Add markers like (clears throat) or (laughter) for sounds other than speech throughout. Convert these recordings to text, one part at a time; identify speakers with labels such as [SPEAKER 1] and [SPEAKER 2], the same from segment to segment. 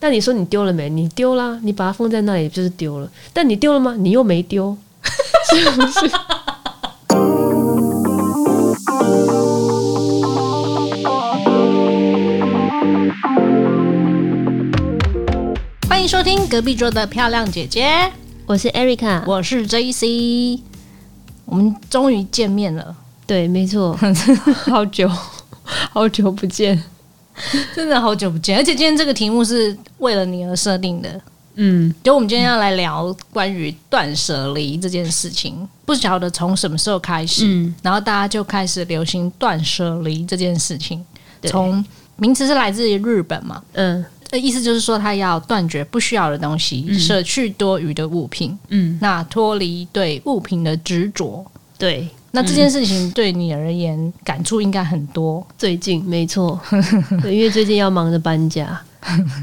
[SPEAKER 1] 但你说你丢了没？你丢啦，你把它放在那里就是丢了。但你丢了吗？你又没丢，是不是？
[SPEAKER 2] 欢迎收听隔壁桌的漂亮姐姐，
[SPEAKER 1] (laughs) 我是 Erica，
[SPEAKER 2] 我是 J C，我们终于见面了，
[SPEAKER 1] 对，没错， (laughs) 好久，好久不见。
[SPEAKER 2] 真的好久不见。而且今天这个题目是为了你而设定的，
[SPEAKER 1] 嗯，
[SPEAKER 2] 就我们今天要来聊关于断舍离这件事情。不晓得从什么时候开始，
[SPEAKER 1] 嗯
[SPEAKER 2] 然后大家就开始流行断舍离这件事情。
[SPEAKER 1] 对
[SPEAKER 2] 从名词是来自于日本嘛，
[SPEAKER 1] 嗯
[SPEAKER 2] 呃，意思就是说他要断绝不需要的东西，舍去多余的物品，
[SPEAKER 1] 嗯，
[SPEAKER 2] 那脱离对物品的执着。
[SPEAKER 1] 对，
[SPEAKER 2] 那这件事情对你而言感触应该很多，
[SPEAKER 1] 最近没错，对，因为最近要忙着搬
[SPEAKER 2] (laughs)
[SPEAKER 1] 家，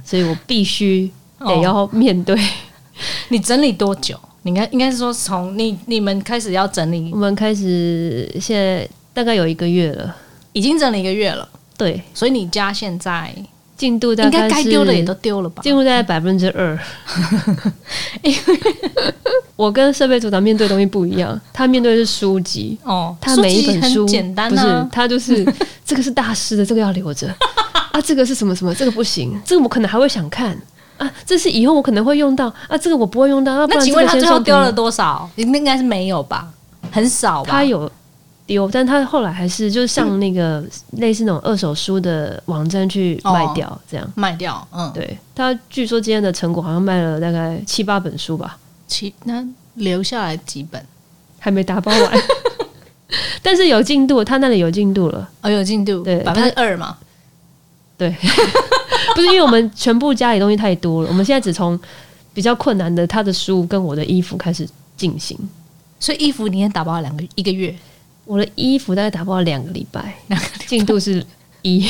[SPEAKER 1] 所以我必须得要面对。
[SPEAKER 2] 哦你整理多久？你应该应该是说从你你们开始要整理
[SPEAKER 1] 我，们开始现在大概有一个月了，
[SPEAKER 2] 已经整理一个月了，
[SPEAKER 1] 对，
[SPEAKER 2] 所以你家现在
[SPEAKER 1] 进度大
[SPEAKER 2] 应
[SPEAKER 1] 概
[SPEAKER 2] 该该
[SPEAKER 1] 是
[SPEAKER 2] 丢的也都丢了吧？
[SPEAKER 1] 进入在百分之二，因为我跟设备组长面对的东西不一样，他面对的是书籍，
[SPEAKER 2] 哦，
[SPEAKER 1] 他
[SPEAKER 2] 书
[SPEAKER 1] 每一
[SPEAKER 2] 籍
[SPEAKER 1] 本
[SPEAKER 2] 很
[SPEAKER 1] 书
[SPEAKER 2] 简单
[SPEAKER 1] 不是
[SPEAKER 2] 啊，
[SPEAKER 1] 他就是这个是大师的，这个要留着啊，这个是什么什么，这个不行，这个我可能还会想看啊，这是以后我可能会用到啊，这个我不会用到，啊、不
[SPEAKER 2] 那
[SPEAKER 1] 然
[SPEAKER 2] 请
[SPEAKER 1] 这
[SPEAKER 2] 问
[SPEAKER 1] 个
[SPEAKER 2] 他
[SPEAKER 1] 先
[SPEAKER 2] 最后
[SPEAKER 1] 送给
[SPEAKER 2] 丢
[SPEAKER 1] 你
[SPEAKER 2] 了多少？应该是没有吧，很少吧？
[SPEAKER 1] 他有丢，但他后来还是就是上那个类似那种二手书的网站去卖
[SPEAKER 2] 哦
[SPEAKER 1] 掉，这样。
[SPEAKER 2] 卖掉，嗯，
[SPEAKER 1] 对他，据说今天的成果好像卖了大概七八本书吧，
[SPEAKER 2] 其那留下来几本？
[SPEAKER 1] 还没打包完， (laughs) 但是有进度，他那里有进度了。
[SPEAKER 2] 哦，有进度，
[SPEAKER 1] 对
[SPEAKER 2] 百分之二嘛，
[SPEAKER 1] 不是因为我们全部家里东西太多了，我们现在只从比较困难的他的书跟我的衣服开始进行。
[SPEAKER 2] 所以衣服你也打包了两个一个月，
[SPEAKER 1] 我的衣服大概打包了两个礼拜，
[SPEAKER 2] 两个
[SPEAKER 1] 进度是一。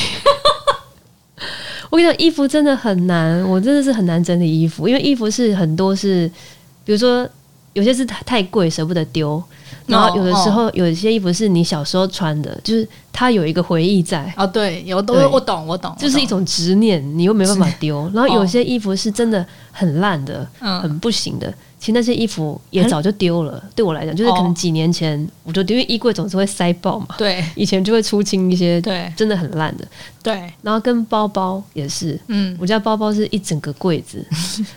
[SPEAKER 1] (laughs) 我跟你讲，衣服真的很难，我真的是很难整理衣服，因为衣服是很多是，比如说有些是太太贵舍不得丢，然后有的时候有一些衣服是你小时候穿的，就是它有一个回忆在，
[SPEAKER 2] 哦，对，有都
[SPEAKER 1] 对
[SPEAKER 2] 我懂，我懂，
[SPEAKER 1] 就是一
[SPEAKER 2] 我懂
[SPEAKER 1] 种执念，你又没办法丢。然后有些衣服是真的很烂的，
[SPEAKER 2] 哦嗯
[SPEAKER 1] 很不行的。其实那些衣服也早就丢了，对我来讲，就是可
[SPEAKER 2] 哦
[SPEAKER 1] 能几年前我就丢，因为衣柜总是会塞爆嘛。
[SPEAKER 2] 对
[SPEAKER 1] 以前就会出清一些
[SPEAKER 2] 对
[SPEAKER 1] 真的很烂的，
[SPEAKER 2] 对，
[SPEAKER 1] 然后跟包包也是，
[SPEAKER 2] 嗯，
[SPEAKER 1] 我家包包是一整个柜
[SPEAKER 2] (laughs)
[SPEAKER 1] 子。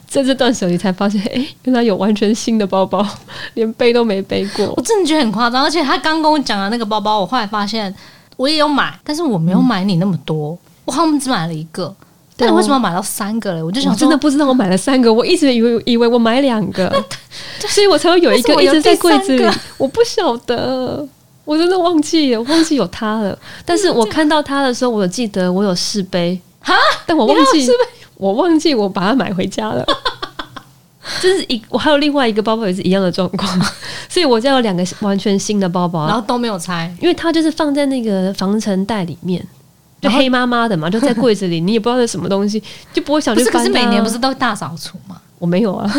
[SPEAKER 1] 这次断舍离才发现，哎、原来有完全新的包包，连背都没背
[SPEAKER 2] 我
[SPEAKER 1] 过。
[SPEAKER 2] 真的觉得很夸张，而且他刚跟我讲的那个包包，我后来发现我也有买，但是我没有买你那么多，我好像只买了一个，
[SPEAKER 1] 嗯对
[SPEAKER 2] 但
[SPEAKER 1] 啊
[SPEAKER 2] 你为什么要买到三个嘞？我就
[SPEAKER 1] 我
[SPEAKER 2] 想
[SPEAKER 1] 真的
[SPEAKER 2] 说
[SPEAKER 1] 不知道我买了三个，我一直以为以为我买两个，所以我才会有一个
[SPEAKER 2] 为
[SPEAKER 1] 一
[SPEAKER 2] 什么有
[SPEAKER 1] 直在柜子里
[SPEAKER 2] 第三。
[SPEAKER 1] 我不晓得，我真的忘记了，我忘记有它了。但是我看到它的时候，我记得我有试杯，
[SPEAKER 2] 哈，
[SPEAKER 1] 但我忘
[SPEAKER 2] 你还有
[SPEAKER 1] 记
[SPEAKER 2] 试
[SPEAKER 1] 我忘记我把它买回家
[SPEAKER 2] (laughs)
[SPEAKER 1] 了。这是一，我还有另外一个包包也是一样的状
[SPEAKER 2] (laughs)
[SPEAKER 1] 况，所以我家有两个完全新的包包，啊
[SPEAKER 2] 然后都没有拆，
[SPEAKER 1] 因为它就是放在那个防尘袋里面，就
[SPEAKER 2] 然后
[SPEAKER 1] 黑麻麻的嘛，就在柜子里，你也不知道是什么东西，就不会想
[SPEAKER 2] 不
[SPEAKER 1] 去
[SPEAKER 2] 是？
[SPEAKER 1] 翻它
[SPEAKER 2] 可
[SPEAKER 1] 啊。
[SPEAKER 2] 是每年不是都大扫除吗？
[SPEAKER 1] 我没有啊，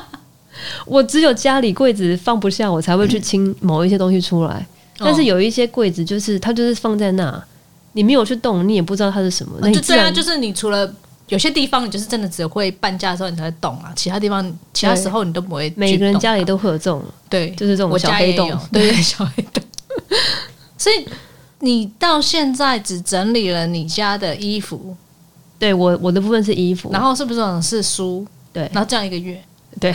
[SPEAKER 1] (laughs) 我只有家里柜子放不下，我才会去清某一些东西出来。
[SPEAKER 2] 嗯
[SPEAKER 1] 但是有一些柜子就是它就是放在那，你没有去动，你也不知道它是什么。那
[SPEAKER 2] 哦
[SPEAKER 1] 你
[SPEAKER 2] 就
[SPEAKER 1] 自
[SPEAKER 2] 对啊，
[SPEAKER 1] 然
[SPEAKER 2] 就是你除了。有些地方你就是真的只会搬家的时候你才会懂啊，其他地方其他
[SPEAKER 1] 对
[SPEAKER 2] 时候你都不会去动。
[SPEAKER 1] 每个人家里都会有这种，
[SPEAKER 2] 对，
[SPEAKER 1] 就是这种
[SPEAKER 2] 我家
[SPEAKER 1] 小黑
[SPEAKER 2] 也有
[SPEAKER 1] 洞
[SPEAKER 2] 对 (laughs) 小黑洞。所以你到现在只整理了你家的衣服，
[SPEAKER 1] 对我我的部分是衣服，
[SPEAKER 2] 然
[SPEAKER 1] 后
[SPEAKER 2] 后是不是有是书？
[SPEAKER 1] 对
[SPEAKER 2] 然后这样一个月，
[SPEAKER 1] 对，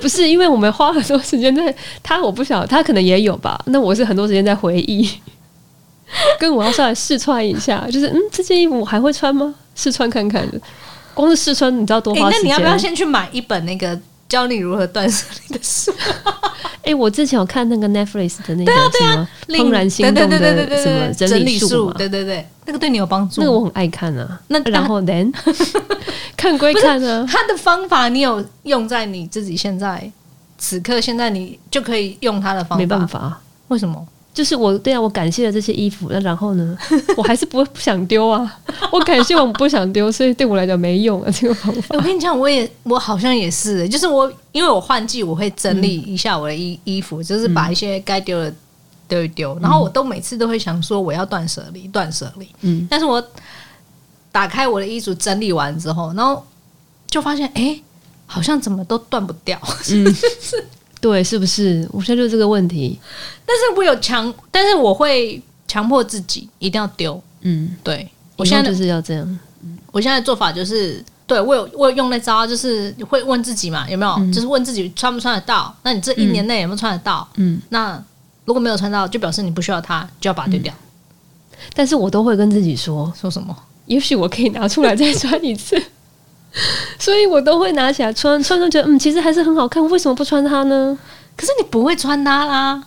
[SPEAKER 1] 不是因为我们花很多时间在他，我不晓得他可能也有吧。那我是很多时间在回忆， (laughs) 跟我要稍微试穿一下，就是嗯，这件衣服我还会穿吗？试穿看看，光是试穿你知道多
[SPEAKER 2] 诶
[SPEAKER 1] 花
[SPEAKER 2] 哎那
[SPEAKER 1] 时
[SPEAKER 2] 你
[SPEAKER 1] 间。啊
[SPEAKER 2] 要不要先去买一本那个教你如何断舍离的书？
[SPEAKER 1] 哎、我之前有看那个 Netflix 的那个什么《 (laughs) 怦然心
[SPEAKER 2] 啊对
[SPEAKER 1] 动》
[SPEAKER 2] 对对
[SPEAKER 1] 的
[SPEAKER 2] 对对
[SPEAKER 1] 什么
[SPEAKER 2] 对对，整
[SPEAKER 1] 理
[SPEAKER 2] 术
[SPEAKER 1] 嘛，，
[SPEAKER 2] 对对对，那个对你有帮助。
[SPEAKER 1] 那个我很爱看啊。
[SPEAKER 2] 那
[SPEAKER 1] (laughs) 然后 then
[SPEAKER 2] (laughs)
[SPEAKER 1] 看归看啊，
[SPEAKER 2] 他的方法你有用在你自己现在此刻，现在你就可以用他的方法。
[SPEAKER 1] 没办，法，
[SPEAKER 2] 为什么？
[SPEAKER 1] 就是我对啊，我感谢了这些衣服，那然后呢，我还是不不想丢啊。我感谢完我不想丢，所以对我来讲没用啊，这个方法。
[SPEAKER 2] 欸我跟你讲，我也我好像也是，欸就是我因为我换季，我会整理一下我的衣、衣服，就是把一些该丢的丢一丢，然后我都每次都会想说我要断舍离，断舍离，
[SPEAKER 1] 嗯
[SPEAKER 2] 但是我。打开我的衣橱整理完之后，然后就发现哎、诶好像怎么都断不掉。 (laughs)
[SPEAKER 1] 对，是不是？我现在就是这个问题。
[SPEAKER 2] 但是我有强，但是我会强迫自己一定要丢。
[SPEAKER 3] 嗯，
[SPEAKER 2] 对我
[SPEAKER 1] 我
[SPEAKER 2] 现
[SPEAKER 1] 现
[SPEAKER 2] 在
[SPEAKER 1] 在
[SPEAKER 2] 的
[SPEAKER 1] 就是要这样，
[SPEAKER 2] 我现在的做法就是，对我有我有用那招啊，就是会问自己嘛，有没有？就是问自己穿不穿得到？那你这一年内有没有穿得到？
[SPEAKER 3] 嗯，
[SPEAKER 2] 那如果没有穿到，就表示你不需要它，就要把它丢掉。
[SPEAKER 1] 但是我都会跟自己说，
[SPEAKER 2] 说什么？
[SPEAKER 1] 也许我可以拿出来再穿一次， (laughs) 所以我都会拿起来穿，穿着觉得嗯，其实还是很好看，为什么不穿它呢？
[SPEAKER 2] 可是你不会穿它啦。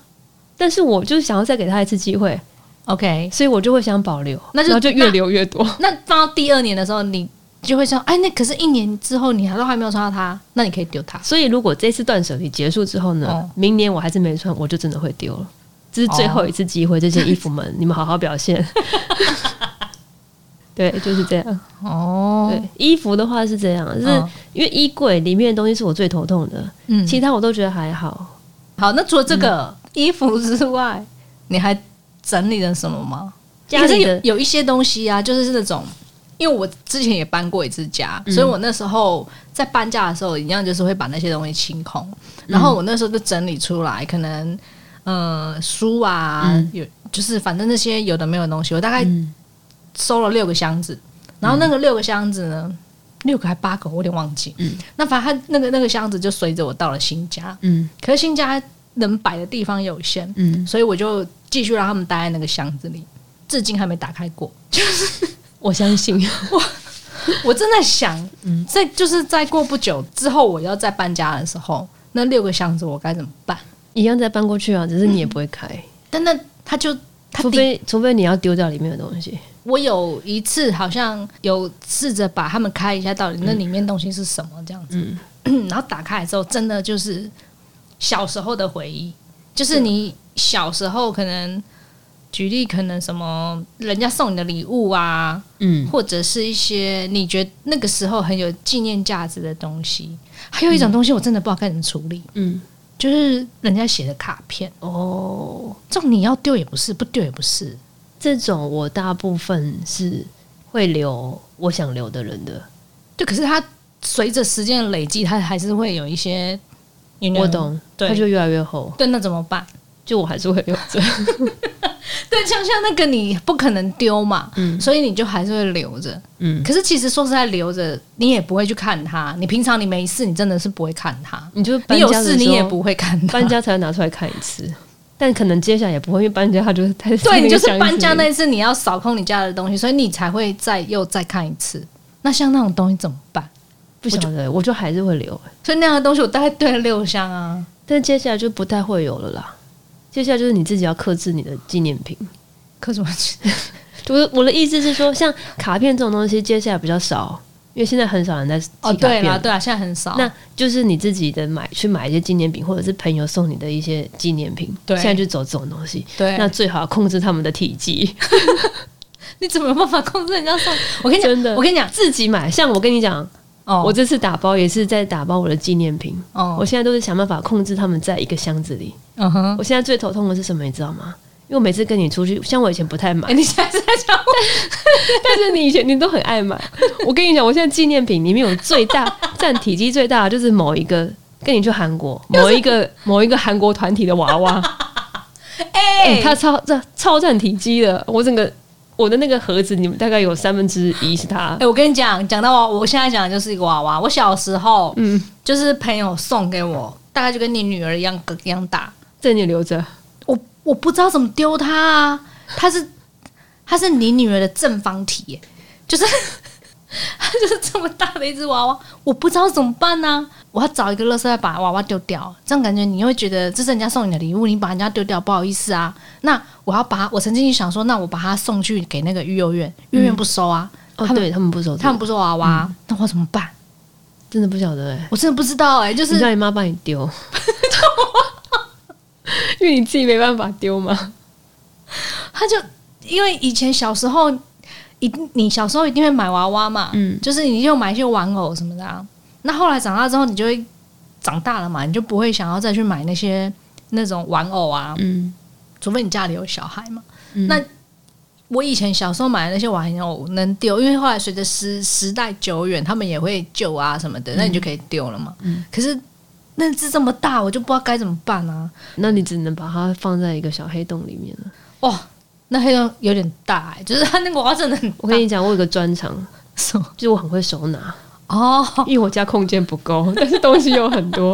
[SPEAKER 1] 但是我就是想要再给他一次机会，
[SPEAKER 2] OK，
[SPEAKER 1] 所以我就会想保留，
[SPEAKER 2] 那就
[SPEAKER 1] 然后就越
[SPEAKER 2] 那
[SPEAKER 1] 留越多。
[SPEAKER 2] 那放到第二年的时候，你就会说，哎，那可是一年之后你还都还没有穿到它，那你可以丢它。
[SPEAKER 1] 所以如果这次断舍离结束之后呢，
[SPEAKER 2] 哦
[SPEAKER 1] 明年我还是没穿，我就真的会丢了。这是最后一次机会，这些衣服们，你们好好表 (laughs) 现。对，就是这样。
[SPEAKER 2] 哦
[SPEAKER 1] 对，，衣服的话是这样，就是
[SPEAKER 2] 嗯
[SPEAKER 1] 因为衣柜里面的东西是我最头痛的，
[SPEAKER 2] 嗯，
[SPEAKER 1] 其他我都觉得还 (laughs) 好。
[SPEAKER 2] 好，那除了这个、衣服之外，你还整理了什么吗？
[SPEAKER 1] 家
[SPEAKER 2] 欸可是
[SPEAKER 1] 里
[SPEAKER 2] 有
[SPEAKER 1] 的
[SPEAKER 2] 有一些东西啊，就是那种，因为我之前也搬过一次家，
[SPEAKER 1] 嗯
[SPEAKER 2] 所以我那时候在搬家的时候，一样就是会把那些东西清空，
[SPEAKER 1] 嗯
[SPEAKER 2] 然后我那时候就整理出来，可能呃书啊，
[SPEAKER 3] 嗯
[SPEAKER 2] 有就是反正那些有的没有的东西，我大概
[SPEAKER 1] 嗯
[SPEAKER 2] 收了六个箱子，然后那个六个箱子
[SPEAKER 1] 嗯
[SPEAKER 2] 呢，六个还八个，我有点忘记，
[SPEAKER 3] 嗯
[SPEAKER 2] 那反正它那个那个箱子就随着我到了新家，
[SPEAKER 3] 嗯
[SPEAKER 2] 可是新家能摆的地方有限，
[SPEAKER 3] 嗯，
[SPEAKER 2] 所以我就继续让他们待在那个箱子里，至今还没打开过。
[SPEAKER 1] 我相信，
[SPEAKER 2] 我正在想，在就是再过不久之后，我要再搬家的时候，那六个箱子我该怎么办？
[SPEAKER 1] 一样再搬过去啊，只是你也不会开，
[SPEAKER 2] 但那他就嗯他
[SPEAKER 1] 除
[SPEAKER 2] 第
[SPEAKER 1] 非除非你要丢掉里面的东西。
[SPEAKER 2] 我有一次好像有试着把他们开一下，到底那里面东西是什么这样子， (clears throat) 然后打开来之后，真的就是小时候的回忆，就是你小时候可能举例，可能什么人家送你的礼物啊，
[SPEAKER 3] 嗯
[SPEAKER 2] 或者是一些你觉得那个时候很有纪念价值的东西。还有一种东西，我真的不知道该怎么处理，
[SPEAKER 3] 嗯
[SPEAKER 2] 就是人家写的卡片，
[SPEAKER 1] 哦，
[SPEAKER 2] 这种你要丢也不是，不丢也不是。
[SPEAKER 1] 这种我大部分是会留我想留的人的，
[SPEAKER 2] 对，可是它随着时间的累积，它还是会有一些。you know，
[SPEAKER 1] 我懂，
[SPEAKER 2] 嗯对
[SPEAKER 1] 它就越来越厚，
[SPEAKER 2] 对，那怎么办？
[SPEAKER 1] 就我还是会留着。
[SPEAKER 2] 对，像像那个你不可能丢嘛，
[SPEAKER 3] 嗯
[SPEAKER 2] 所以你就还是会留着。
[SPEAKER 3] 嗯
[SPEAKER 2] 可是其实说实在，留着你也不会去看它。你平常你没事，你真的是不会看它。
[SPEAKER 1] (laughs) 你就搬
[SPEAKER 2] 你有
[SPEAKER 1] 家的时
[SPEAKER 2] 事
[SPEAKER 1] 候
[SPEAKER 2] 你也不会看它。
[SPEAKER 1] 搬家才会拿出来看一次，但可能接下来也不会，因为搬家它就是太
[SPEAKER 2] 对你就是搬家那
[SPEAKER 1] 那
[SPEAKER 2] 一次，你要扫空你家的东西，所以你才会再又再看一次。那像那种东西怎么办？
[SPEAKER 1] 不晓得，我就还是会留，
[SPEAKER 2] 所以那样的东西我大概堆了六箱啊。
[SPEAKER 1] 但是接下来就不太会有了啦。接下来就是你自己要克制你的纪念品。
[SPEAKER 2] 可什么？
[SPEAKER 1] 我的我的意思是说，像卡片这种东西，接下来比较少，因为现在很少人在寄
[SPEAKER 2] (laughs) 哦，
[SPEAKER 1] 卡
[SPEAKER 2] 对
[SPEAKER 1] 片
[SPEAKER 2] 啦，对啦，现在很少。
[SPEAKER 1] 那就是你自己的买去买一些纪念品，或者是朋友送你的一些纪念品。
[SPEAKER 2] 对
[SPEAKER 1] 现在就走这种东西。
[SPEAKER 2] 对，
[SPEAKER 1] 那最好控制他们的体积， (laughs)
[SPEAKER 2] 你怎么有办法控制人家送？我跟你
[SPEAKER 1] 真
[SPEAKER 2] 讲，
[SPEAKER 1] 的
[SPEAKER 2] 我跟你讲，
[SPEAKER 1] 自己买。像我跟你讲，
[SPEAKER 2] 哦，
[SPEAKER 1] 我这次打包也是在打包我的纪念品，我
[SPEAKER 2] 哦，
[SPEAKER 1] 现在都是想办法控制他们在一个箱子里。
[SPEAKER 2] 嗯哼
[SPEAKER 1] 我，现在最头痛的是什么，你知道吗？因为我每次跟你出去，像我以前不太买
[SPEAKER 2] 哎，，你现在是在讲我？
[SPEAKER 1] 但是你以前你都很爱买。我跟你讲，我现在纪念品里面有最大 (laughs) 占体积最大的就是某一个跟你去韩国某一个某一个韩国团体的娃娃， (laughs) (laughs) 哎、
[SPEAKER 2] 哎，
[SPEAKER 1] 它超这超占体积的，我整个我的那个盒子里面大概有三分之一是它
[SPEAKER 2] 哎，。我跟你讲，讲到我，我现在讲的就是一个娃娃。我小时候，嗯，就是朋友送给我，大概就跟你女儿一样一样大。
[SPEAKER 1] 这你留着，
[SPEAKER 2] 我我不知道怎么丢它啊，它是它是你女儿的正方体耶，就是 (laughs) 它就是这么大的一只娃娃，我不知道怎么办呢、我要找一个垃圾袋把娃娃丢掉，这样感觉你会觉得这是人家送你的礼物，你把人家丢掉不好意思啊。那我要把它我曾经想说，那我把它送去给那个育幼院，育幼院不收啊，
[SPEAKER 1] 哦，
[SPEAKER 2] 他们
[SPEAKER 1] 对他们不收这个，
[SPEAKER 2] 他们不收娃娃，那我怎么办？
[SPEAKER 1] 真的不晓得哎、
[SPEAKER 2] 我真的不知道哎、就
[SPEAKER 1] 你
[SPEAKER 2] 是
[SPEAKER 1] 让你妈帮你 (laughs) 丢，因为你自己没办法丢嘛。
[SPEAKER 2] 他就因为以前小时候，一定你小时候一定会买娃娃嘛，
[SPEAKER 3] 嗯
[SPEAKER 2] 就是你就买一些玩偶什么的、啊。那后来长大之后，你就会长大了嘛，你就不会想要再去买那些那种玩偶啊，
[SPEAKER 3] 嗯
[SPEAKER 2] 除非你家里有小孩嘛。
[SPEAKER 3] 嗯
[SPEAKER 2] 那我以前小时候买的那些娃娃我能丢，因为后来随着时时代久远，他们也会旧啊什么
[SPEAKER 3] 嗯
[SPEAKER 2] 的，那你就可以丢了嘛。可是那只这么大，我就不知道该怎么办啊。
[SPEAKER 1] 那你只能把它放在一个小黑洞里面了。
[SPEAKER 2] 哦，那黑洞有点大、欸，就是它那个娃娃真的很大。
[SPEAKER 1] 我跟你讲，我有个专长，
[SPEAKER 2] (laughs) 什么
[SPEAKER 1] 就是我很会手拿，
[SPEAKER 2] 哦，
[SPEAKER 1] 因为我家空间不够， (laughs) 但是东西有很多，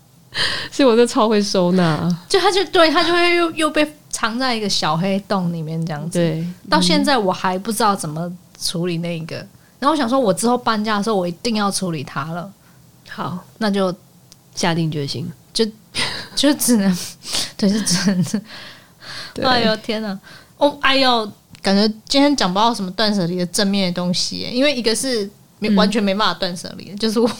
[SPEAKER 1] (laughs) 所以我就超会收纳。
[SPEAKER 2] 就它就对它就会又又被藏在一个小黑洞里面这样子。
[SPEAKER 1] 对，
[SPEAKER 2] 到现在我还不知道怎么处理那个，然后我想说，我之后搬家的时候我一定要处理它了，
[SPEAKER 1] 好，
[SPEAKER 2] 那就
[SPEAKER 1] 下定决心。
[SPEAKER 2] 就只能， (laughs) 对，就只能。 (laughs)
[SPEAKER 1] 对，
[SPEAKER 2] 哎呦天哪！哦，哎呦，感觉今天讲不到什么断舍离的正面的东西耶，因为一个是
[SPEAKER 1] 嗯
[SPEAKER 2] 没、完全没办法断舍离的，就是我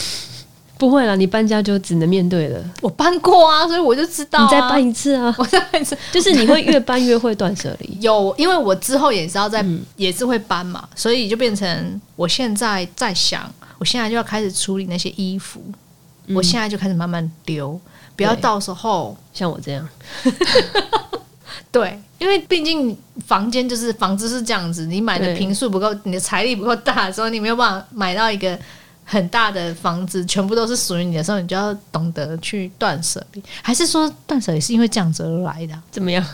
[SPEAKER 2] (laughs)
[SPEAKER 1] 不会啦，你搬家就只能面对了。
[SPEAKER 2] 我搬过啊，所以我就知道、啊。
[SPEAKER 1] 你再搬，一次啊，
[SPEAKER 2] 我再搬一次。
[SPEAKER 1] 就是你会越搬越会断舍离。 (laughs)
[SPEAKER 2] 有，因为我之后也是要在，
[SPEAKER 1] 嗯
[SPEAKER 2] 也是会搬嘛，所以就变成我现在在想，我现在就要开始处理那些衣服，我现在就开始慢慢丢，不要
[SPEAKER 1] 嗯对
[SPEAKER 2] 到时候
[SPEAKER 1] 像我这样，
[SPEAKER 2] 对，因为毕竟房间就是房子是这样子，你买的
[SPEAKER 1] 对
[SPEAKER 2] 平数不够，你的财力不够大的时候，你没有办法买到一个很大的房子，全部都是属于你的时候，你就要懂得去断舍离。还是说断舍离是因为这样子而来的啊、
[SPEAKER 1] 怎么样？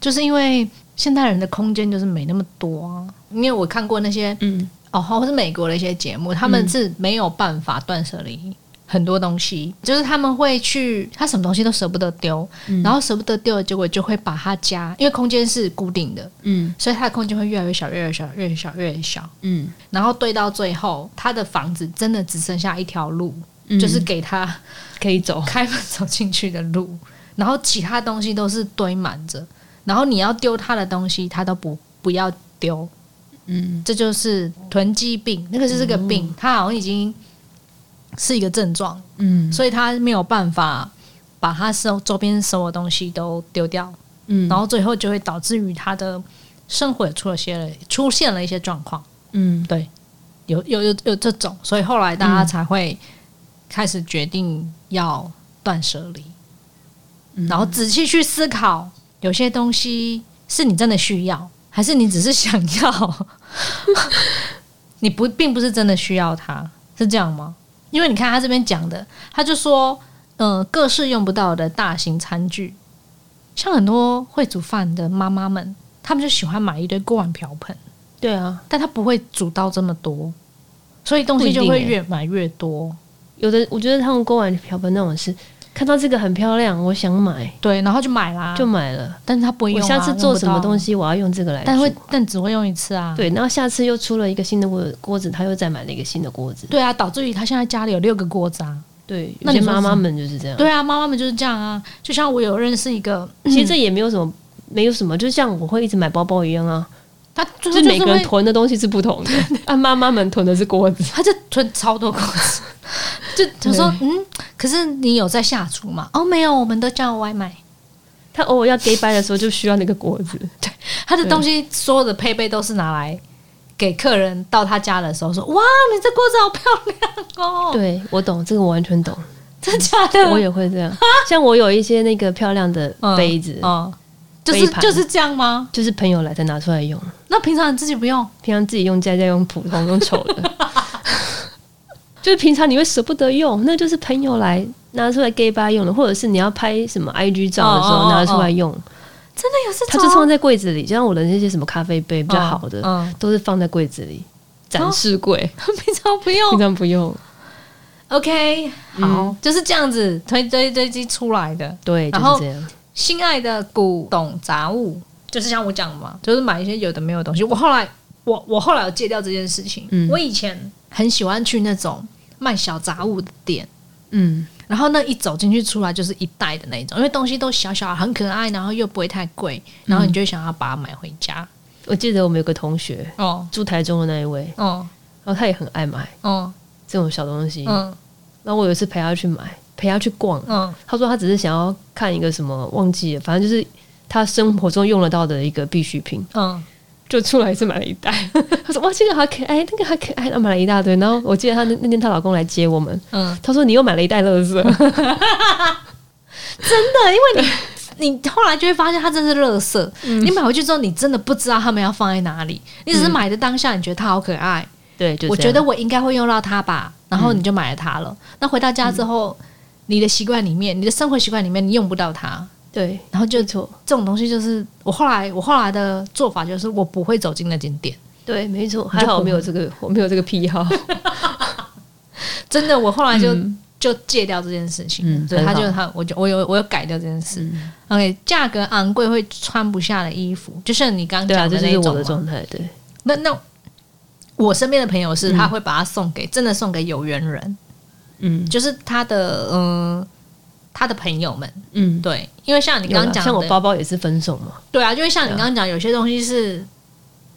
[SPEAKER 2] 就是因为现代人的空间就是没那么多啊。因为我看过那些
[SPEAKER 1] 嗯，
[SPEAKER 2] 哦，或是美国的一些节目，他们是没有办法断舍离很多东西，就是他们会去，他什么东西都舍不得丢，然后舍不得丢的结果就会把他家，因为空间是固定的，
[SPEAKER 1] 嗯
[SPEAKER 2] 所以他的空间会越来越小，越来越小，越来越小，越来越小，
[SPEAKER 1] 嗯
[SPEAKER 2] 然后堆到最后，他的房子真的只剩下一条路，
[SPEAKER 1] 嗯
[SPEAKER 2] 就是给他
[SPEAKER 1] 可以走。
[SPEAKER 2] (laughs) 开门走进去的路，然后其他东西都是堆满着，然后你要丢他的东西，他都不不要丢，
[SPEAKER 1] 嗯，哦
[SPEAKER 2] 这就是囤积病，那个就是个病，它好像已经是一个症状，
[SPEAKER 1] 嗯
[SPEAKER 2] 所以它没有办法把它周周边所有东西都丢掉，
[SPEAKER 1] 嗯
[SPEAKER 2] 然后最后就会导致于他的生活也出了些了出现了一些状况，
[SPEAKER 1] 嗯
[SPEAKER 2] 有有有有这种，所以后来大家才会开始决定要断舍离，
[SPEAKER 1] 嗯
[SPEAKER 2] 然后仔细去思考，有些东西是你真的需要，还是你只是想要？ (laughs) 你不并不是真的需要它，是这样吗？因为你看他这边讲的，他就说，嗯、各式用不到的大型餐具，像很多会煮饭的妈妈们，她们就喜欢买一堆锅碗瓢盆。
[SPEAKER 1] 对啊，
[SPEAKER 2] 但它不会煮到这么多，所以东西就
[SPEAKER 1] 不一
[SPEAKER 2] 会
[SPEAKER 1] 定欸
[SPEAKER 2] 越买越多。
[SPEAKER 1] 有的我觉得他们锅碗瓢盆那种是看到这个很漂亮，我想买
[SPEAKER 2] 对，然后就买啦，
[SPEAKER 1] 就买了。
[SPEAKER 2] 但是它不会
[SPEAKER 1] 啊我
[SPEAKER 2] 用、啊。
[SPEAKER 1] 下次做什么东
[SPEAKER 2] 西，
[SPEAKER 1] 西，我要用这个来
[SPEAKER 2] 但会
[SPEAKER 1] 煮。
[SPEAKER 2] 但只会用一次啊。
[SPEAKER 1] 对，然后下次又出了一个新的锅锅子，他又再买了一个新的锅子。
[SPEAKER 2] 对啊，导致于他现在家里有六个锅子啊。
[SPEAKER 1] 对，有
[SPEAKER 2] 那
[SPEAKER 1] 些
[SPEAKER 2] 你说
[SPEAKER 1] 妈妈
[SPEAKER 2] 是
[SPEAKER 1] 们就是这样。
[SPEAKER 2] 对啊，妈妈们就是这样啊。就像我有认识一个，
[SPEAKER 1] 其实这也没有什么，没有什么，就像我会一直买包包一样啊，
[SPEAKER 2] 她
[SPEAKER 1] 就
[SPEAKER 2] 就是是
[SPEAKER 1] 每个人
[SPEAKER 2] 会
[SPEAKER 1] 囤的东西是不同的。 (laughs) 啊，妈妈们囤的是锅子，
[SPEAKER 2] 他就囤超多锅子， (laughs) 就他说嗯，可是你有在下厨吗？哦，没有，我们都叫外卖。
[SPEAKER 1] 他偶尔要 gay 掰的时候就需要那个锅子。
[SPEAKER 2] 他的东西所有的配备都是拿来给客人到他家的时候说：“哇，你这锅子好漂亮
[SPEAKER 1] (laughs)
[SPEAKER 2] 哦！”
[SPEAKER 1] 对我懂，这个我完全 (laughs) 懂，
[SPEAKER 2] 真假的？
[SPEAKER 1] 我也会这样。像我有一些那个漂亮的
[SPEAKER 2] 嗯
[SPEAKER 1] 杯子，
[SPEAKER 2] 嗯，就
[SPEAKER 1] 杯
[SPEAKER 2] 是
[SPEAKER 1] 盘
[SPEAKER 2] 就是这样吗？
[SPEAKER 1] 就是朋友来才拿出来用，
[SPEAKER 2] 那平常你自己不用，
[SPEAKER 1] 平常自己用家家用普通用丑的， (laughs) 就是平常你会舍不得用，那就是朋友来拿出来 gay 吧用的，或者是你要拍什么 IG 照的时
[SPEAKER 2] 哦哦
[SPEAKER 1] 候
[SPEAKER 2] 哦
[SPEAKER 1] 拿出来用，
[SPEAKER 2] 真的有啊这
[SPEAKER 1] 它
[SPEAKER 2] 种？
[SPEAKER 1] 就放在柜子里，就像我的那些什么咖啡杯比较好的，
[SPEAKER 2] 嗯，
[SPEAKER 1] 都是放在柜子里展示柜，
[SPEAKER 2] 嗯平常不
[SPEAKER 1] 平
[SPEAKER 2] 用。
[SPEAKER 1] 常不用。
[SPEAKER 2] OK，好
[SPEAKER 1] 嗯，
[SPEAKER 2] 就是这样子推堆堆积出来的。
[SPEAKER 1] 对，就
[SPEAKER 2] 然后
[SPEAKER 1] 是这样。
[SPEAKER 2] 心爱的古董杂物，就是像我讲的嘛，就是买一些有的没有的东西。我后来，我我后来有戒掉这件事情。
[SPEAKER 1] 嗯
[SPEAKER 2] 我以前很喜欢去那种卖小杂物的店。
[SPEAKER 1] 嗯
[SPEAKER 2] 然后那一走进去出来就是一袋的那一种，因为东西都小小很可爱，然后又不会太贵，然后你就会想要把它买回家。
[SPEAKER 1] 我记得我们有个同学
[SPEAKER 2] 哦
[SPEAKER 1] 住台中的那一位，
[SPEAKER 2] 哦
[SPEAKER 1] 然后他也很爱买
[SPEAKER 2] 哦
[SPEAKER 1] 这种小东西。
[SPEAKER 2] 嗯
[SPEAKER 1] 然后我有一次陪他去买，陪他去逛，
[SPEAKER 2] 嗯
[SPEAKER 1] 他说他只是想要看一个什么忘记了，反正就是他生活中用得到的一个必需品，
[SPEAKER 2] 嗯，
[SPEAKER 1] 就出来一次买了一袋。 (laughs) 他说哇，这个好可爱，那个好可爱，然后买了一大堆。然后我记得他那那天她老公来接我们，
[SPEAKER 2] 嗯，
[SPEAKER 1] 他说你又买了一袋垃圾，
[SPEAKER 2] 真的，因为你你后来就会发现它真是垃圾。
[SPEAKER 1] 嗯
[SPEAKER 2] 你买回去之后，你真的不知道他们要放在哪里，你只是买的当下你觉得它好可爱，
[SPEAKER 1] 对，嗯就
[SPEAKER 2] 我
[SPEAKER 1] 这
[SPEAKER 2] 觉
[SPEAKER 1] 样
[SPEAKER 2] 得我应该会用到它吧，然后你就买了它了。那回到家之后，你的习惯里面，你的生活习惯里面，你用不到它，
[SPEAKER 1] 对，
[SPEAKER 2] 然后就
[SPEAKER 1] 没错，
[SPEAKER 2] 这种东西就是我后来我后来的做法就是我不会走进那间店，
[SPEAKER 1] 对，没错，还好我没有这个，我没有这个癖 (laughs) 好。
[SPEAKER 2] 真的，我后来就、就戒掉这件事情。
[SPEAKER 1] 嗯
[SPEAKER 2] 对，
[SPEAKER 1] 很
[SPEAKER 2] 他
[SPEAKER 1] 好嗯
[SPEAKER 2] 就他，我就我有我有改掉这件事。OK，价格昂贵会穿不下的衣服，就像你刚刚
[SPEAKER 1] 对啊，
[SPEAKER 2] 讲
[SPEAKER 1] 这就
[SPEAKER 2] 那
[SPEAKER 1] 是
[SPEAKER 2] 一
[SPEAKER 1] 我
[SPEAKER 2] 种
[SPEAKER 1] 的
[SPEAKER 2] 嘛。
[SPEAKER 1] 状态。对，
[SPEAKER 2] 那那我身边的朋友是，他会把它送给、真的送给有缘人，
[SPEAKER 1] 嗯
[SPEAKER 2] 就是他的嗯、呃他的朋友们。
[SPEAKER 1] 嗯，
[SPEAKER 2] 对，因为像你
[SPEAKER 1] 你
[SPEAKER 2] 刚刚讲的，
[SPEAKER 1] 像我包包也是分手嘛，
[SPEAKER 2] 对啊，就会像你刚刚讲，有些东西是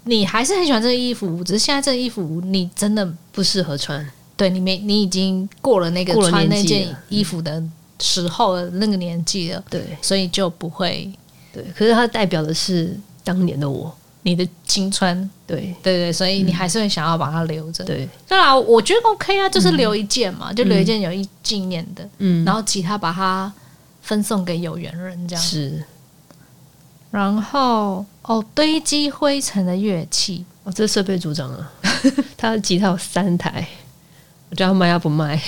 [SPEAKER 2] 你还是很喜欢这个衣服，只是现在这个衣服你真的
[SPEAKER 1] 不适合穿。
[SPEAKER 2] 对你没你已经过了那个
[SPEAKER 1] 过了嗯
[SPEAKER 2] 穿那
[SPEAKER 1] 年纪
[SPEAKER 2] 件衣服的时候的那个年纪了，
[SPEAKER 1] 对
[SPEAKER 2] 所以就不会
[SPEAKER 1] 对，可是它代表的是当年的我。
[SPEAKER 2] 你的青春，
[SPEAKER 1] 对
[SPEAKER 2] 对对，所以你还是会想要把它留着。
[SPEAKER 1] 嗯对，
[SPEAKER 2] 对啦，我觉得 OK 啊，就是留一件嘛，就留一件有一纪念的，
[SPEAKER 1] 嗯，
[SPEAKER 2] 然后其他把它分送给有缘人这样。
[SPEAKER 1] 是
[SPEAKER 2] 然后哦，堆积灰尘的乐器，
[SPEAKER 1] 哦，这是设备组长啊， (laughs) 他的吉他有三台，我叫他卖他不卖，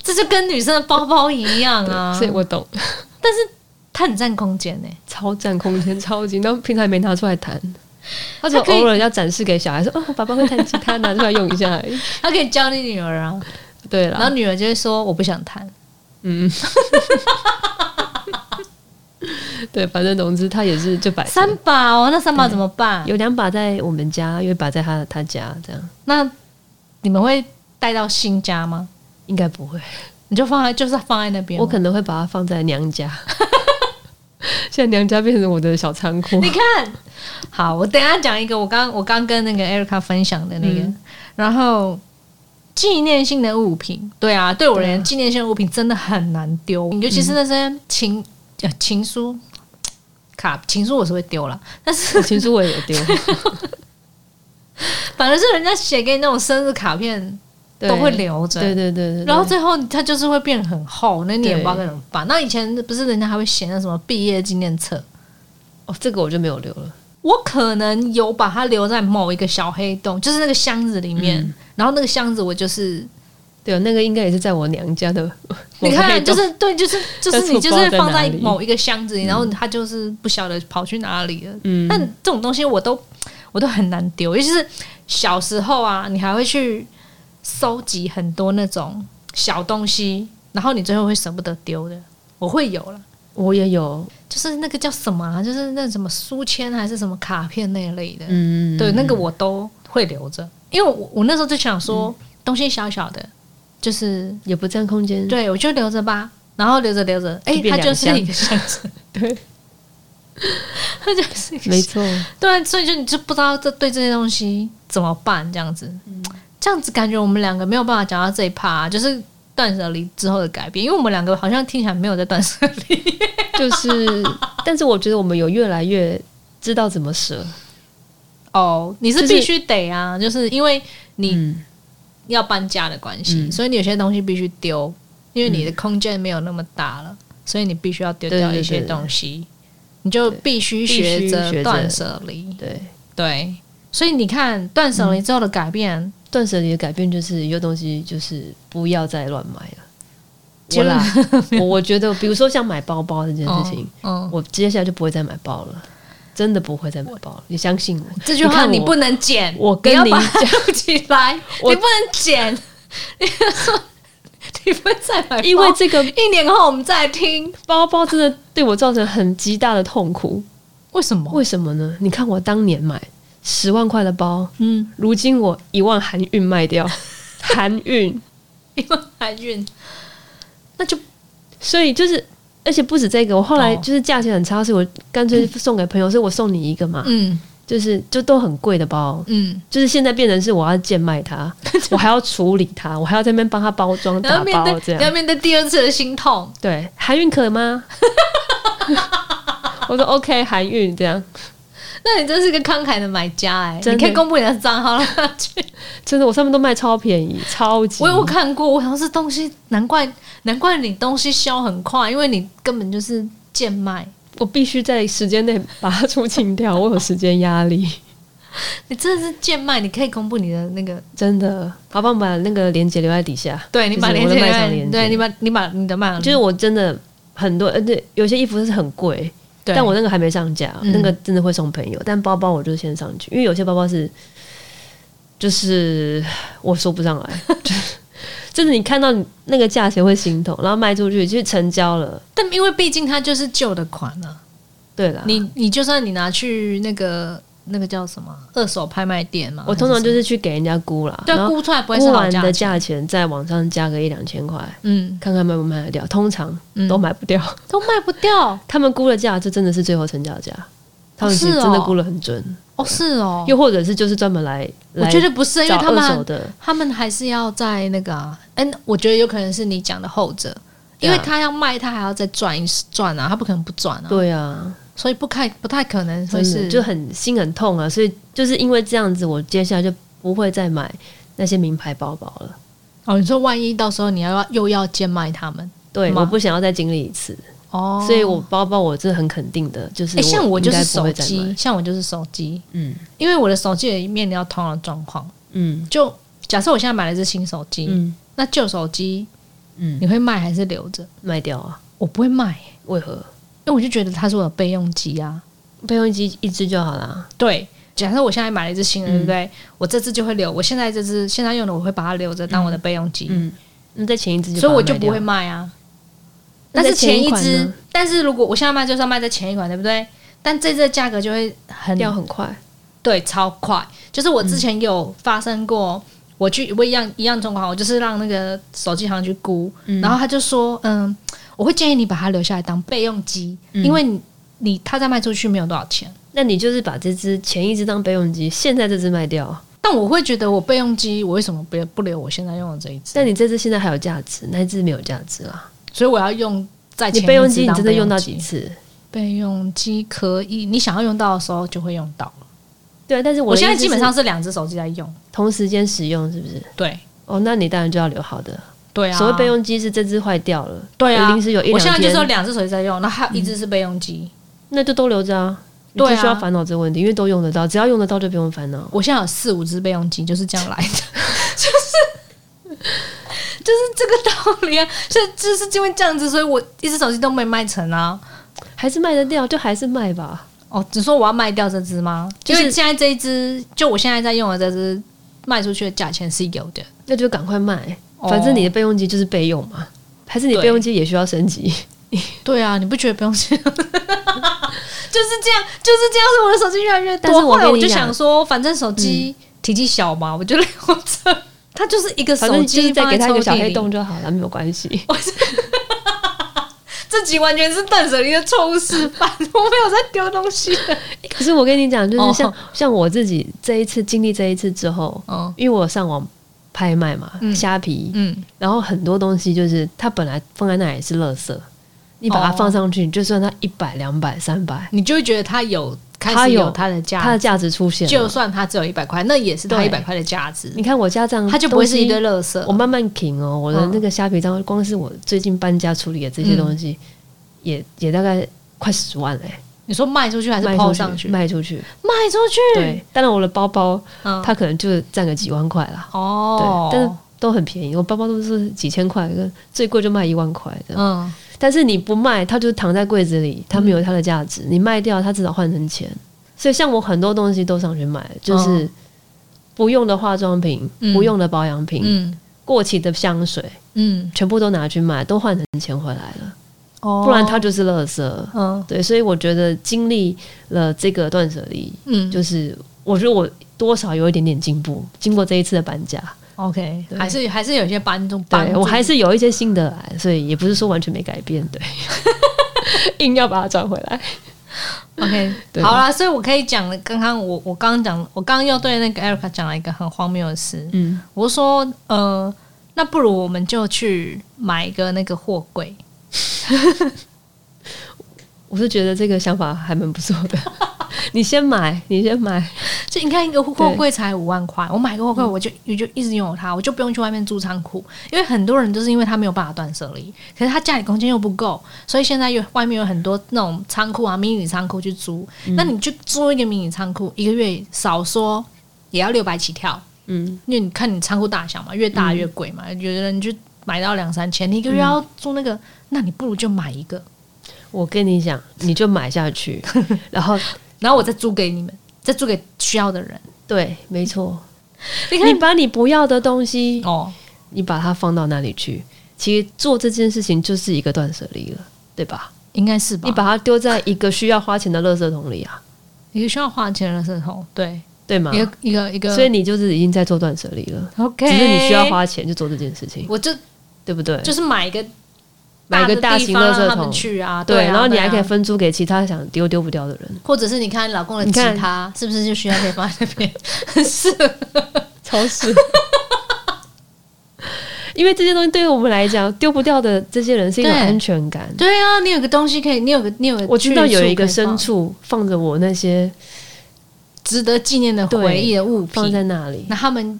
[SPEAKER 2] 这就跟女生的包包一样啊，
[SPEAKER 1] (laughs) 所以我懂，
[SPEAKER 2] 它很占空间呢、欸
[SPEAKER 1] 超占空间，超级，然后平常也没拿出来弹。他只有
[SPEAKER 2] 他可以
[SPEAKER 1] 偶尔要展示给小孩说：“哦，我爸爸会弹吉他，拿出来用一下而已。 (laughs)
[SPEAKER 2] 它可以教你女儿啊，”
[SPEAKER 1] 对啦，
[SPEAKER 2] 然后女儿就会说我不想弹。
[SPEAKER 1] 嗯， (laughs) 对，反正总之他也是就摆着
[SPEAKER 2] 三把哦，那三把怎么办？
[SPEAKER 1] 有两把在我们家，有一把在他他家，这样
[SPEAKER 2] 那你们会带到新家吗？
[SPEAKER 1] 应该不会。
[SPEAKER 2] 你就放在，就是放在那边吗。
[SPEAKER 1] 我可能会把它放在娘家。 (laughs) 现在娘家变成我的小仓库
[SPEAKER 2] (laughs) 你，看，好，我等一下讲一个，我刚我刚跟那个 Erica 分享的那个，
[SPEAKER 1] 嗯
[SPEAKER 2] 然后纪念性的物品，对啊，对我而
[SPEAKER 1] 对啊
[SPEAKER 2] 言，纪念性的物品真的很难丢，尤其是那些情、呃情书卡情书，我是会丢了，但是 (laughs)
[SPEAKER 1] 情书我也有丢，
[SPEAKER 2] 反而是人家写给你那种生日卡片
[SPEAKER 1] 对
[SPEAKER 2] 都会。留着，
[SPEAKER 1] 对对对对对，
[SPEAKER 2] 然后哦最后它就是会变很厚，那你也不知道
[SPEAKER 1] 对
[SPEAKER 2] 该怎么办。那以前不是人家还会写那什么毕业纪念册，
[SPEAKER 1] 哦，这个我就没有留了。
[SPEAKER 2] 我可能有把它留在某一个小黑洞，就是那个箱子里面。
[SPEAKER 1] 嗯
[SPEAKER 2] 然后那个箱子我就是，
[SPEAKER 1] 对啊，那个应该也是在我娘家的。
[SPEAKER 2] (laughs)
[SPEAKER 1] 我
[SPEAKER 2] 你
[SPEAKER 1] 可
[SPEAKER 2] 看啊
[SPEAKER 1] 以，
[SPEAKER 2] 就
[SPEAKER 1] 动
[SPEAKER 2] 是对，就是就
[SPEAKER 1] 但
[SPEAKER 2] 是
[SPEAKER 1] 是
[SPEAKER 2] 你
[SPEAKER 1] 我不知
[SPEAKER 2] 就
[SPEAKER 1] 道
[SPEAKER 2] 是
[SPEAKER 1] 在
[SPEAKER 2] 放在
[SPEAKER 1] 哪里
[SPEAKER 2] 某一个箱子里，然后它就是不晓得跑去哪里了。
[SPEAKER 1] 嗯，
[SPEAKER 2] 但这种东西我都我都很难丢，尤其是小时候啊，你还会去收集很多那种小东西，然后你最后会舍不得丢的。我会有了。
[SPEAKER 1] 我也有，
[SPEAKER 2] 就是那个叫什么、啊，就是那什么书签还是什么卡片那一类的，
[SPEAKER 1] 嗯，
[SPEAKER 2] 对，那个我都会留着，因为我我那时候就想说，
[SPEAKER 1] 嗯
[SPEAKER 2] 东西小小的，就是
[SPEAKER 1] 也不占空间。
[SPEAKER 2] 对我就留着吧，然后留着留着，哎、
[SPEAKER 1] 嗯就变
[SPEAKER 2] 它就是
[SPEAKER 1] 两箱
[SPEAKER 2] 一个箱子， (laughs)
[SPEAKER 1] 对，
[SPEAKER 2] 它就是一
[SPEAKER 1] (laughs)
[SPEAKER 2] 个
[SPEAKER 1] 没
[SPEAKER 2] 箱，
[SPEAKER 1] 错，
[SPEAKER 2] 对，所以就你就不知道这对这些东西怎么办，这样子，
[SPEAKER 1] 嗯
[SPEAKER 2] 这样子感觉我们两个没有办法讲到这一趴、啊就是断舍离之后的改变，因为我们两个好像听起来没有在断舍离，
[SPEAKER 1] 就是，但是我觉得我们有越来越知道怎么舍。
[SPEAKER 2] 哦，你是
[SPEAKER 1] 就是
[SPEAKER 2] 必须得啊，就是因为你
[SPEAKER 1] 嗯，
[SPEAKER 2] 要搬家的关系，
[SPEAKER 1] 嗯
[SPEAKER 2] 所以你有些东西必须丢，因为你的空间没有那么大了，
[SPEAKER 1] 嗯
[SPEAKER 2] 所以你必须要丢掉
[SPEAKER 1] 对对
[SPEAKER 2] 一些
[SPEAKER 1] 对
[SPEAKER 2] 东西，你就必须学
[SPEAKER 1] 必须学
[SPEAKER 2] 着
[SPEAKER 1] 着
[SPEAKER 2] 断舍离。
[SPEAKER 1] 对，
[SPEAKER 2] 对，所以你看断舍离之后的改变，
[SPEAKER 1] 断舍离的改变就是有东西就是不要再乱买了。
[SPEAKER 2] 其
[SPEAKER 1] 我
[SPEAKER 2] 实
[SPEAKER 1] 啦，
[SPEAKER 2] (laughs)
[SPEAKER 1] 我我觉得，比如说像买包包这件事情，
[SPEAKER 2] 嗯，嗯
[SPEAKER 1] 我接下来就不会再买包了，真的不会再买包了。你相信我，
[SPEAKER 2] 这句
[SPEAKER 1] 你
[SPEAKER 2] 话
[SPEAKER 1] 看
[SPEAKER 2] 你
[SPEAKER 1] 我
[SPEAKER 2] 不能剪，
[SPEAKER 1] 我跟
[SPEAKER 2] 你
[SPEAKER 1] 你
[SPEAKER 2] 要把它录起
[SPEAKER 1] (laughs)
[SPEAKER 2] 来，你不能剪，你说你不会再买包，
[SPEAKER 1] 因为这个
[SPEAKER 2] 一年后我们再来听，
[SPEAKER 1] 包包真的对我造成很极大的痛苦。
[SPEAKER 2] 为什么？
[SPEAKER 1] 为什么呢？你看我当年买十万块的包，
[SPEAKER 2] 嗯，
[SPEAKER 1] 如今我一万韩运卖
[SPEAKER 2] (laughs)
[SPEAKER 1] 掉，韩运，
[SPEAKER 2] 因为怀孕，那就
[SPEAKER 1] 所以就是。而且不止这个，我后来
[SPEAKER 2] 哦
[SPEAKER 1] 就是价钱很差，所以我干脆送给朋友，所以我送你一个嘛，
[SPEAKER 2] 嗯
[SPEAKER 1] 就是就都很贵的包，
[SPEAKER 2] 嗯。
[SPEAKER 1] 就是现在变成是我要贱卖
[SPEAKER 2] (laughs)
[SPEAKER 1] 它，我还要处理它，我还要在那边帮它包装、
[SPEAKER 2] 然
[SPEAKER 1] 打
[SPEAKER 2] 后面
[SPEAKER 1] 包这
[SPEAKER 2] 对，
[SPEAKER 1] 样
[SPEAKER 2] 你。要面对第二次的心痛。
[SPEAKER 1] 对，韩运可
[SPEAKER 2] (laughs)
[SPEAKER 1] 吗？我说 OK，韩运这样，
[SPEAKER 2] 那你真是个慷慨的买家哎、
[SPEAKER 1] 真的
[SPEAKER 2] 你可以公布你的账
[SPEAKER 1] (laughs)
[SPEAKER 2] 号让他去。
[SPEAKER 1] 真的，我上面都卖超便宜，超级。
[SPEAKER 2] (laughs) 我有看过，我想说这东西，难怪难怪你东西销很快，因为你根本就是贱卖。
[SPEAKER 1] 我必须在时间内把它出清掉，我有时间压力，
[SPEAKER 2] 你真的是贱卖，你可以公布你的那个，
[SPEAKER 1] (laughs) 真的。好吧，我们把那个链接留在底下。
[SPEAKER 2] 对你
[SPEAKER 1] 就是
[SPEAKER 2] 把
[SPEAKER 1] 我
[SPEAKER 2] 链
[SPEAKER 1] 的
[SPEAKER 2] 接
[SPEAKER 1] 卖场链接，
[SPEAKER 2] 对你把你把你的卖场，
[SPEAKER 1] 就是我真的很多，而且有些衣服是很贵，
[SPEAKER 2] 对
[SPEAKER 1] 但我那个还没上架，
[SPEAKER 2] 嗯
[SPEAKER 1] 那个真的会送朋友。但包包我就先上去，因为有些包包是，就是我说不上 (laughs) 来，就是就是你看到那个价钱会心痛，然后卖出去就是成交了，
[SPEAKER 2] 但因为毕竟它就是旧的款啊，
[SPEAKER 1] 对啦，
[SPEAKER 2] 你你就算你拿去那个那个叫什么啊二手拍卖店嘛，
[SPEAKER 1] 我通常
[SPEAKER 2] 还
[SPEAKER 1] 就是是去给人家估啦，
[SPEAKER 2] 什么
[SPEAKER 1] 然
[SPEAKER 2] 对
[SPEAKER 1] 后
[SPEAKER 2] 估出来不会是
[SPEAKER 1] 估
[SPEAKER 2] 好
[SPEAKER 1] 完的
[SPEAKER 2] 价钱，
[SPEAKER 1] 价钱再往上加个一两千块，
[SPEAKER 2] 嗯
[SPEAKER 1] 看看卖不卖得掉。通常
[SPEAKER 2] 嗯，
[SPEAKER 1] 都买不掉，
[SPEAKER 2] 都卖不掉
[SPEAKER 1] 他们估的价这真的是最后成交价，他们
[SPEAKER 2] 哦
[SPEAKER 1] 其
[SPEAKER 2] 是
[SPEAKER 1] 实
[SPEAKER 2] 哦
[SPEAKER 1] 真的估了很准。
[SPEAKER 2] 哦，是哦，
[SPEAKER 1] 又或者是就是专门来，
[SPEAKER 2] 我
[SPEAKER 1] 来
[SPEAKER 2] 觉得不是，因为
[SPEAKER 1] 找
[SPEAKER 2] 他们
[SPEAKER 1] 二手
[SPEAKER 2] 还
[SPEAKER 1] 的，
[SPEAKER 2] 他们还是要在那个、啊，哎、我觉得有可能是你讲的后者，因为
[SPEAKER 1] 对啊
[SPEAKER 2] 他要卖，他还要再赚一赚啊，他不可能不赚啊，
[SPEAKER 1] 对啊，
[SPEAKER 2] 所以不开不太可能
[SPEAKER 1] 真
[SPEAKER 2] 会
[SPEAKER 1] 的
[SPEAKER 2] 是
[SPEAKER 1] 就很心很痛啊，所以就是因为这样子，我接下来就不会再买那些名牌包包了。
[SPEAKER 2] 哦，你说万一到时候你要又要贱卖他们
[SPEAKER 1] 对，
[SPEAKER 2] 吗
[SPEAKER 1] 我不想要再经历一次，
[SPEAKER 2] 哦，
[SPEAKER 1] 所以我包包我是很肯定的，就是
[SPEAKER 2] 哎、像我
[SPEAKER 1] 我
[SPEAKER 2] 就是
[SPEAKER 1] 应该不
[SPEAKER 2] 手
[SPEAKER 1] 会再
[SPEAKER 2] 机
[SPEAKER 1] 买，
[SPEAKER 2] 像我就是手机，
[SPEAKER 1] 嗯
[SPEAKER 2] 因为我的手机也面临到同样的状况，
[SPEAKER 1] 嗯
[SPEAKER 2] 就假设我现在买了一只新手机，
[SPEAKER 1] 嗯
[SPEAKER 2] 那旧手机
[SPEAKER 1] 嗯，
[SPEAKER 2] 你会卖还是留着？
[SPEAKER 1] 卖掉啊？
[SPEAKER 2] 我不会卖，
[SPEAKER 1] 为何？
[SPEAKER 2] 因为我就觉得它是我的备用机啊，
[SPEAKER 1] 备用机一只就好啦。
[SPEAKER 2] 对，假设我现在买了一只新的，
[SPEAKER 1] 嗯
[SPEAKER 2] 对不对？我这只就会留，我现在这只现在用的，我会把它留着当我的备用机，
[SPEAKER 1] 嗯，那再前一只就
[SPEAKER 2] 所以
[SPEAKER 1] 把它
[SPEAKER 2] 我就
[SPEAKER 1] 卖
[SPEAKER 2] 不会
[SPEAKER 1] 掉。
[SPEAKER 2] 卖啊。
[SPEAKER 1] 那
[SPEAKER 2] 但是
[SPEAKER 1] 在前
[SPEAKER 2] 前
[SPEAKER 1] 一
[SPEAKER 2] 一
[SPEAKER 1] 款呢
[SPEAKER 2] 只，但是如果我现在卖，就是要卖在前一款，对不对？但这只的价格就会很
[SPEAKER 1] 掉很快，
[SPEAKER 2] 对，超快。就是我
[SPEAKER 1] 嗯
[SPEAKER 2] 之前有发生过，我去我一样一样状况，我就是让那个手机行去估，然后他就说，嗯，我会建议你把它留下来当备用机，
[SPEAKER 1] 嗯
[SPEAKER 2] 因为你你它再卖出去没有多少钱。
[SPEAKER 1] 那你就是把这只前一只当备用机，现在这只卖掉，
[SPEAKER 2] 但我会觉得我备用机，我为什么不不留我现在用的这一只？
[SPEAKER 1] 但你这只现在还有价值，那一只没有价值啦。
[SPEAKER 2] 所以我要用在
[SPEAKER 1] 你
[SPEAKER 2] 前
[SPEAKER 1] 备用
[SPEAKER 2] 一只
[SPEAKER 1] 机你
[SPEAKER 2] 当
[SPEAKER 1] 真的
[SPEAKER 2] 备
[SPEAKER 1] 用到
[SPEAKER 2] 机
[SPEAKER 1] 几？次？
[SPEAKER 2] 备用机可以，你想要用到的时候就会用到了。
[SPEAKER 1] 对啊，但是
[SPEAKER 2] 我
[SPEAKER 1] 我的
[SPEAKER 2] 现在
[SPEAKER 1] 意思
[SPEAKER 2] 基本
[SPEAKER 1] 是
[SPEAKER 2] 上是两只手机在用，
[SPEAKER 1] 同时间使用，是不是？
[SPEAKER 2] 对
[SPEAKER 1] 哦，那你当然就要留好的。
[SPEAKER 2] 对啊。
[SPEAKER 1] 所谓备用机是这只坏掉了，
[SPEAKER 2] 对啊，
[SPEAKER 1] 临时有一两
[SPEAKER 2] 我
[SPEAKER 1] 嗯
[SPEAKER 2] 现在就是有
[SPEAKER 1] 天，
[SPEAKER 2] 两只手机在用，然后还有一只是备用机。
[SPEAKER 1] 那就都留着啊。你
[SPEAKER 2] 对啊
[SPEAKER 1] 不需要烦恼这个问题，因为都用得到，只要用得到就不用烦恼。
[SPEAKER 2] 我现在有四五只备用机，就是这样来的， (laughs) 就是就是这个道理啊。所以就是因为这样子，所以我一只手机都没卖成啊。
[SPEAKER 1] 还是卖得掉，就还是卖吧。
[SPEAKER 2] 哦，只说我要卖掉这只吗？
[SPEAKER 1] 就是
[SPEAKER 2] 因为现在这一只，就我现在在用的这只，卖出去的价钱是有的。
[SPEAKER 1] 那就赶快卖，
[SPEAKER 2] 哦
[SPEAKER 1] 反正你的备用机就是备用嘛。还是你
[SPEAKER 2] 对
[SPEAKER 1] 备用机也需要升级？
[SPEAKER 2] 对啊，你不觉得不用钱？ (laughs) 就是这样，就是这样，是我的手机越来越
[SPEAKER 1] 但
[SPEAKER 2] 多。
[SPEAKER 1] 是我
[SPEAKER 2] 后
[SPEAKER 1] 跟你
[SPEAKER 2] 来我就
[SPEAKER 1] 讲嗯
[SPEAKER 2] 想说，反正手机体积小嘛，我就留着。它就是一个
[SPEAKER 1] 反
[SPEAKER 2] 手
[SPEAKER 1] 正就是
[SPEAKER 2] 机，
[SPEAKER 1] 再给他一个小黑。洞就好了，没有关系。
[SPEAKER 2] 这集完全是断舍离的错误示范，我没有在丢东 (laughs) 西的。
[SPEAKER 1] 可是我跟你讲，就是像、
[SPEAKER 2] 哦
[SPEAKER 1] 像我自己这一次经历这一次之后，
[SPEAKER 2] 嗯
[SPEAKER 1] 因为我上网拍卖嘛，
[SPEAKER 2] 嗯
[SPEAKER 1] 虾皮，
[SPEAKER 2] 嗯，
[SPEAKER 1] 然后很多东西就是它本来放在那里是垃圾，你把它
[SPEAKER 2] 哦
[SPEAKER 1] 放上去，就算它一百、两百、三百，
[SPEAKER 2] 你就会觉得它有开
[SPEAKER 1] 它
[SPEAKER 2] 始
[SPEAKER 1] 有
[SPEAKER 2] 有它的
[SPEAKER 1] 它
[SPEAKER 2] 价
[SPEAKER 1] 的
[SPEAKER 2] 值，
[SPEAKER 1] 价值出现
[SPEAKER 2] 就
[SPEAKER 1] 了。
[SPEAKER 2] 算它只有一百块，那也是它
[SPEAKER 1] 对
[SPEAKER 2] 一百块的价值，
[SPEAKER 1] 你看我家这样，
[SPEAKER 2] 它就不会是一堆
[SPEAKER 1] 东西
[SPEAKER 2] 垃圾。
[SPEAKER 1] 我慢慢挺哦，我的
[SPEAKER 2] 嗯
[SPEAKER 1] 那个虾皮账，光是我最近搬家处理的这些东西，
[SPEAKER 2] 嗯
[SPEAKER 1] 也也大概快十万嘞、
[SPEAKER 2] 你说卖出去还是
[SPEAKER 1] 卖
[SPEAKER 2] 抛
[SPEAKER 1] 出
[SPEAKER 2] 上去？
[SPEAKER 1] 卖出去。
[SPEAKER 2] 卖出去，
[SPEAKER 1] 对，当然我的包包，
[SPEAKER 2] 嗯，
[SPEAKER 1] 它可能就占个几万块啦。
[SPEAKER 2] 哦，
[SPEAKER 1] 对，但是都很便宜，我包包都是几千块，最贵就卖一万块的。
[SPEAKER 2] 嗯。
[SPEAKER 1] 但是你不卖，它就躺在柜子里，它没有它的价值。你卖掉，它至少换成钱。所以像我很多东西都上去买，就是不用的化妆品、
[SPEAKER 2] 嗯
[SPEAKER 1] 不用的保养品、
[SPEAKER 2] 嗯
[SPEAKER 1] 过期的香水，
[SPEAKER 2] 嗯，
[SPEAKER 1] 全部都拿去卖，都换成钱回来了。
[SPEAKER 2] 哦
[SPEAKER 1] 嗯不然它就是垃圾。
[SPEAKER 2] 嗯
[SPEAKER 1] 对，所以我觉得经历了这个断舍离，
[SPEAKER 2] 嗯
[SPEAKER 1] 就是我觉得我多少有一点点进步。经过这一次的搬家，
[SPEAKER 2] OK，
[SPEAKER 1] 对
[SPEAKER 2] 还是还是有些帮助，帮
[SPEAKER 1] 对
[SPEAKER 2] 助
[SPEAKER 1] 我还是有一些心得来，所以也不是说完全没改变，对， (laughs) 硬要把它转回来。
[SPEAKER 2] OK
[SPEAKER 1] 对
[SPEAKER 2] 好啦，所以我可以讲了，刚刚我我刚刚讲，我刚刚又对那个 Erica 讲了一个很荒谬的事，
[SPEAKER 1] 嗯，
[SPEAKER 2] 我说呃，那不如我们就去买一个那个货柜，
[SPEAKER 1] (laughs) 我是觉得这个想法还蛮不错的，你先买，你先买，
[SPEAKER 2] 就你看一个货柜才五万块，我买个货
[SPEAKER 1] 嗯
[SPEAKER 2] 柜，我就我就一直拥有它，我就不用去外面租仓库，因为很多人就是因为他没有办法断舍离，可是他家里空间又不够，所以现在又外面有很多那种仓库啊、迷你仓库去租，
[SPEAKER 1] 嗯
[SPEAKER 2] 那你就租一个迷你仓库，一个月少说也要六百起跳，
[SPEAKER 1] 嗯，
[SPEAKER 2] 因为你看你仓库大小嘛，越大越贵嘛，有的人就买到两三千，你一个月要租那个，那你不如就买一个，
[SPEAKER 1] 我跟你讲，你就买下 (laughs) 去，然后
[SPEAKER 2] 然后我再租给你们，再租给需要的人，
[SPEAKER 1] 对，没错，
[SPEAKER 2] 你
[SPEAKER 1] 你
[SPEAKER 2] 看
[SPEAKER 1] 把你不要的东西，
[SPEAKER 2] 哦。
[SPEAKER 1] 你把它放到那里去，其实做这件事情就是一个断舍离了，对吧？
[SPEAKER 2] 应该是吧？
[SPEAKER 1] 你把它丢在一个需要花钱的垃圾桶里啊，
[SPEAKER 2] 一个需要花钱的社头，对，
[SPEAKER 1] 对吗？
[SPEAKER 2] 一个一个一个，
[SPEAKER 1] 嗯所以你就是已经在做断舍离了，
[SPEAKER 2] OK，
[SPEAKER 1] 只是你需要，花钱就做这件事情，
[SPEAKER 2] 我就
[SPEAKER 1] 对不对？
[SPEAKER 2] 就是买一个
[SPEAKER 1] 买一个大
[SPEAKER 2] 大的地
[SPEAKER 1] 型
[SPEAKER 2] 方
[SPEAKER 1] 垃圾
[SPEAKER 2] 让他们
[SPEAKER 1] 桶
[SPEAKER 2] 去啊，
[SPEAKER 1] 嗯对，
[SPEAKER 2] 啊
[SPEAKER 1] 然后你还可以，
[SPEAKER 2] 对啊
[SPEAKER 1] 分租给其他想丢丢不掉的人，
[SPEAKER 2] 或者是你看老公的
[SPEAKER 1] 你
[SPEAKER 2] 吉
[SPEAKER 1] 看
[SPEAKER 2] 他是不是就需要可以放在那
[SPEAKER 1] (laughs)
[SPEAKER 2] 边？是，
[SPEAKER 1] 超市。因为这些东西对于我们来讲，丢不掉的这些人是一种
[SPEAKER 2] 对
[SPEAKER 1] 安全感。
[SPEAKER 2] 对啊，你有个东西可以，你有个你有个，
[SPEAKER 1] 我知道有一个
[SPEAKER 2] 深
[SPEAKER 1] 深处放着我那些
[SPEAKER 2] 值得纪念的
[SPEAKER 1] 对
[SPEAKER 2] 回忆的物
[SPEAKER 1] 放
[SPEAKER 2] 品，
[SPEAKER 1] 在那里，
[SPEAKER 2] 那他们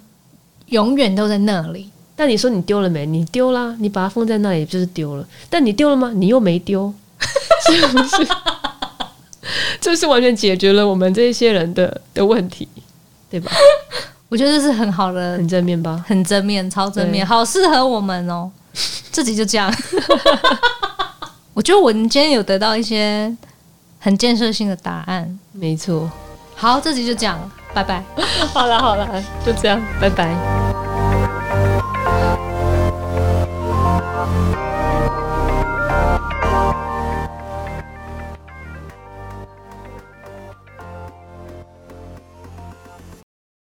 [SPEAKER 2] 永远都在那里。
[SPEAKER 1] 但你说你丢了没？你丢啦，你把它放在那里就是丢了。但你丢了吗？你又没丢， (laughs) 是不是？ (laughs) 就是完全解决了我们这一些人的的问题，对吧？
[SPEAKER 2] 我觉得这是很好的
[SPEAKER 1] 很正面吧？
[SPEAKER 2] 很正面，超正面，好适合我们哦。这集就这样。 (laughs) 我觉得我们今天有得到一些很建设性的答案。
[SPEAKER 1] 没错。
[SPEAKER 2] 好，这集就这样，拜拜。
[SPEAKER 1] 好啦好啦，就这样，拜拜。